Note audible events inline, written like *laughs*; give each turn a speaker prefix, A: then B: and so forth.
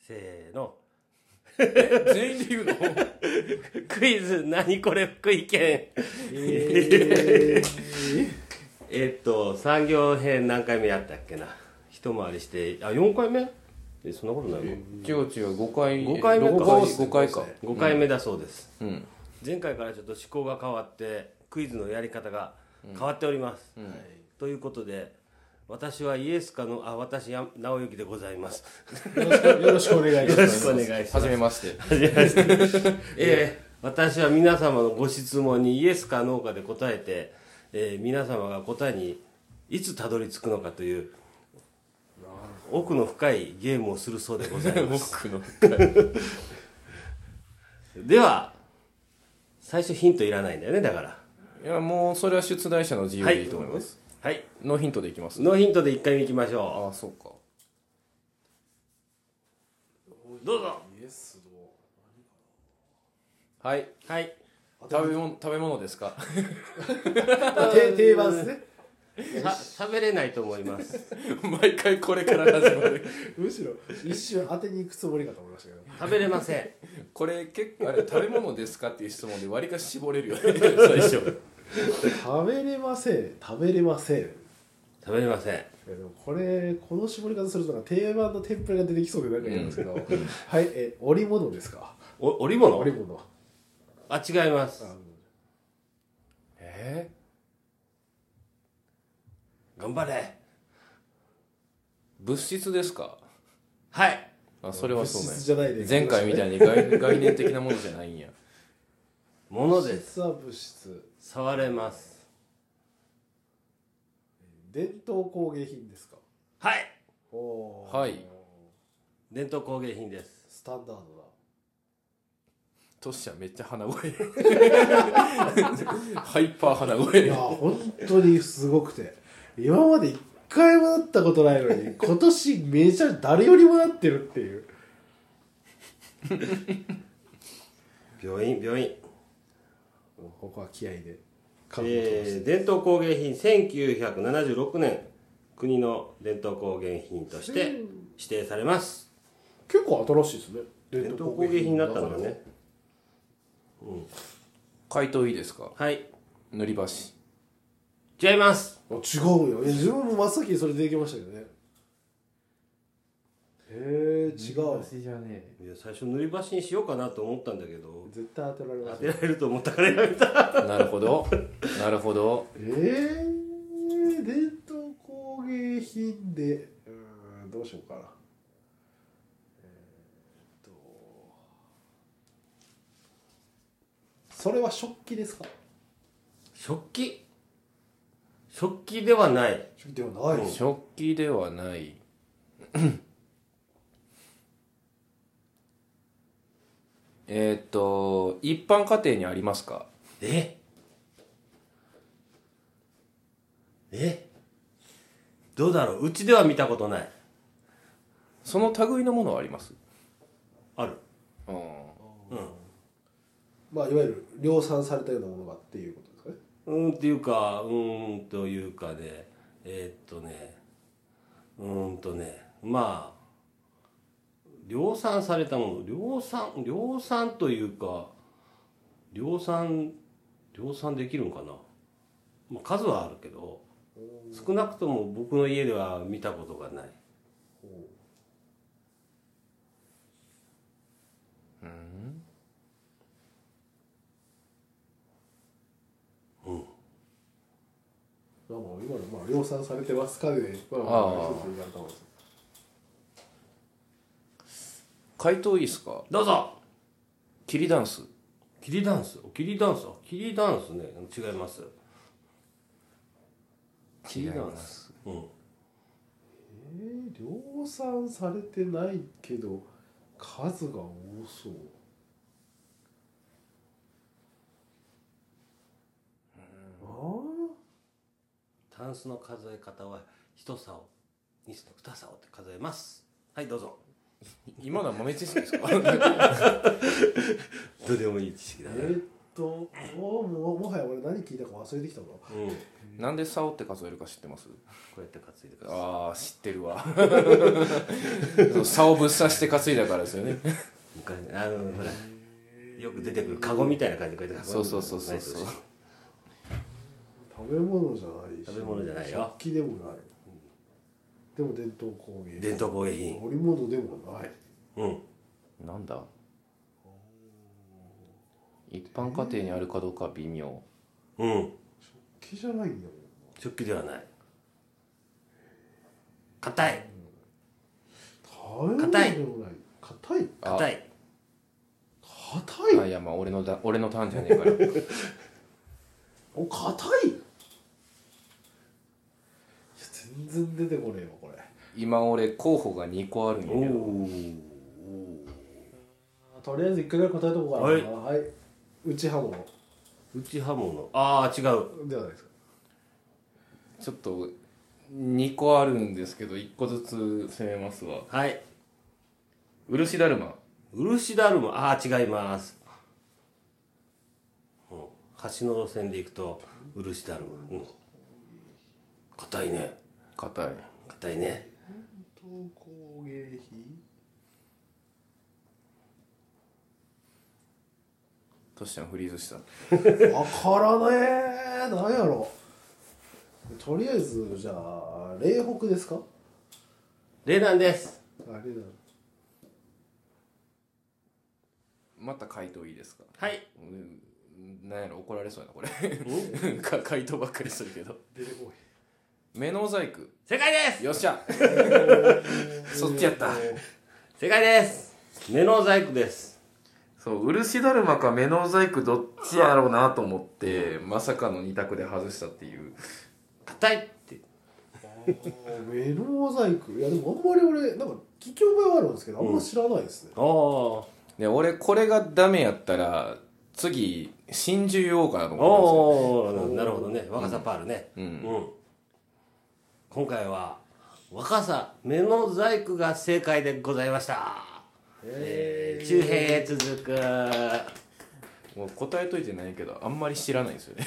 A: せーの
B: 全員で *laughs* 言うの
A: クイズ何これ福井県えっと産業編何回目やったっけな一回りしてあ四4回目えそんなことないの
B: 違う違う5回
A: 5回目か
B: 5回5回か
A: 5回目だそうです、
B: うん
A: 前回からちょっと思考が変わってクイズのやり方が変わっております、ということで私はイエスかのあ私や直之でございます
C: よろしくお願いし
A: よ
C: ま
A: ろし
C: す
A: くお願いします
B: 初めまして
A: *laughs* えー私は皆様のご質問にイエスかノーかで答えて、えー皆様が答えにいつたどり着くのかという奥の深いゲームをするそうでございます
B: *laughs* 僕の
A: では最初ヒントいらないんだよねだから
B: いやもうそれは出題者の自由でいいと思います、
A: はい
B: ノーヒントでいきます
A: ノーヒントで1回目いきまし
B: あ
A: ょ
B: あそうか
A: うどうぞ
B: はい
A: はい
B: 食べ物食べ物ですか
C: 定定番ですね
A: しゃべれないと思います
B: *laughs* *laughs* 毎回これから始まる
C: むしろ一瞬当てに行くつもりかと思いましたけど
A: 食べれません
B: これ結構あれ食べ物ですかっていう質問で割りかし絞れるよね最初
C: 食べれません食べれませんい
A: 食べれません
C: やでもこれこの絞り方するとなんか定番の天ぷらが出てきそうでなんか嫌なんですけど、はいえ織物ですか
A: お織
C: 織
A: 物
C: 物
A: あ違います
B: *laughs* え
A: 頑張れ
B: 物質ですか
A: はい
B: あそれは
C: 物
B: そう
C: 質
B: ね
C: じゃないで
B: 前回みたいに概概念的なものじゃないんや
A: もの
C: 物
A: です
C: 質は物質
A: 触れます
C: 伝統工芸品ですか
A: はい
C: おー
B: はい
A: 伝統工芸品です
C: スタンダードだ
B: トシちゃんめっちゃ *laughs* 鼻声ハイパー鼻声
C: いや本当にすごくて今まで一回もなったことないのに今年めちゃ誰よりもなってるっていう
A: 病院病院、
C: ここは気合で覚悟として
A: えー、伝統工芸品1976年国の伝統工芸品として指定されます
C: 結構新しいですね
A: 伝統工芸品になったのがね
B: 回答いいですか
A: はい
B: 塗り箸
A: 違います
C: あ違うよえ自分も真っ先にそれ出てきましたけどねへえ違う
D: 私じゃねえ
A: いや最初塗り箸にしようかなと思ったんだけど
C: 絶対当てられ
A: 当
C: ませ
A: て
C: ん
A: られると思ったからやめた
B: なるほどなるほど
C: えー、伝統工芸品でうーんどうしようかなえーっとそれは食器ですか
A: 食器食器ではない
C: 食器ではないしょ、
B: 食器ではない *coughs* えーっと一般家庭にありますか
A: ええどうだろううちでは見たことない
B: その類のものはあります
A: ある
B: うん
C: まあ、いわゆる量産されたようなものがっていうことですかね
A: うーんっていうかうーんというかねえーっとねうーんとねまあ量産されたもの量産量産というか量産量産できるんかな、まあ、数はあるけど少なくとも僕の家では見たことがない
C: まあまあ今のまあ量産されてますかで、まあ、ま
B: あ
C: あ
B: ー
C: 一つ言われたもんです
B: 回答いいですか
A: どうぞ
B: キリダンス
A: キリダンスキリダンスキリダンスね違いますキリダンスうん
C: えー、量産されてないけど数が多そうあ
A: タンスの数え方は一竿二竿二竿って数えますはいどうぞ
B: *laughs* 今のは豆知識ですか
A: どうでもいい知識だ
C: ーえーっとともうもうもはや俺何聞いたか忘れてきたの
A: うん、こ
B: なんで竿って数えるか知ってます
A: うやって担いでください
B: ああ知ってるわ *laughs* そう竿ぶっ刺して担いだ *laughs* からですよね
A: 昔あのほらよく出てくるカゴみたいな感じでこうやって
B: そうそうそうそう
A: そう
C: 食べ物じゃないし
A: 食べ物じゃないよ
C: 食器でもない、でも伝統工芸
A: 伝統工芸品
C: 織物でもない
A: うん
B: なんだ一般家庭にあるかどうかは微妙
A: うん
C: 木じゃないんだもんな
A: 食器ではない硬い
C: 食べ物でもない硬い
B: あ
A: 硬い
C: 硬い、
B: あいやまあ俺のだ俺のターンじゃねえから
C: お硬いいや全然出てこねえわこれ
B: 今俺候補が2個あるんや
A: お
B: けど
A: お
C: とりあえず一回ぐらい答えとこうかな
A: はい
C: はい内刃物
A: 内刃物ああ違う
C: ではないですか
B: ちょっと2個あるんですけど1個ずつ攻めますわ
A: はい
B: 漆だるま
A: 漆だるまああ違います、うん、橋の路線で行くと漆だるまうん硬いね
B: 硬い
A: 硬いね
C: 伝統工芸品
B: トシちゃんフリーズした
C: わからねえなんやろとりあえずじゃあ嶺北ですか
A: 冷暖です
C: あれだ
B: また回答いいですか
A: はい
B: うんなんやろ怒られそうやなこれ *laughs* か回答ばっかりするけど
C: 出てこ
B: 目の細工
A: 正解です
B: よっしゃそっちやった
A: 正解です目の細工です
B: そう漆だるまか目の細工どっちやろうなと思ってまさかの2択で外したっていう
A: 硬いって
C: いメロモザイクいやでもあんまり俺なんか聞き覚えはあるんですけどあんま知らないですね、
A: ああ
B: で俺これがダメやったら次真珠言おうかなと思っ
A: おおなるほどね若さパールね
B: うん
A: うん今回は若さ目の細工が正解でございましたえー中編へ続く
B: たんですよもう答えといてないけどあんまり知らないんですよね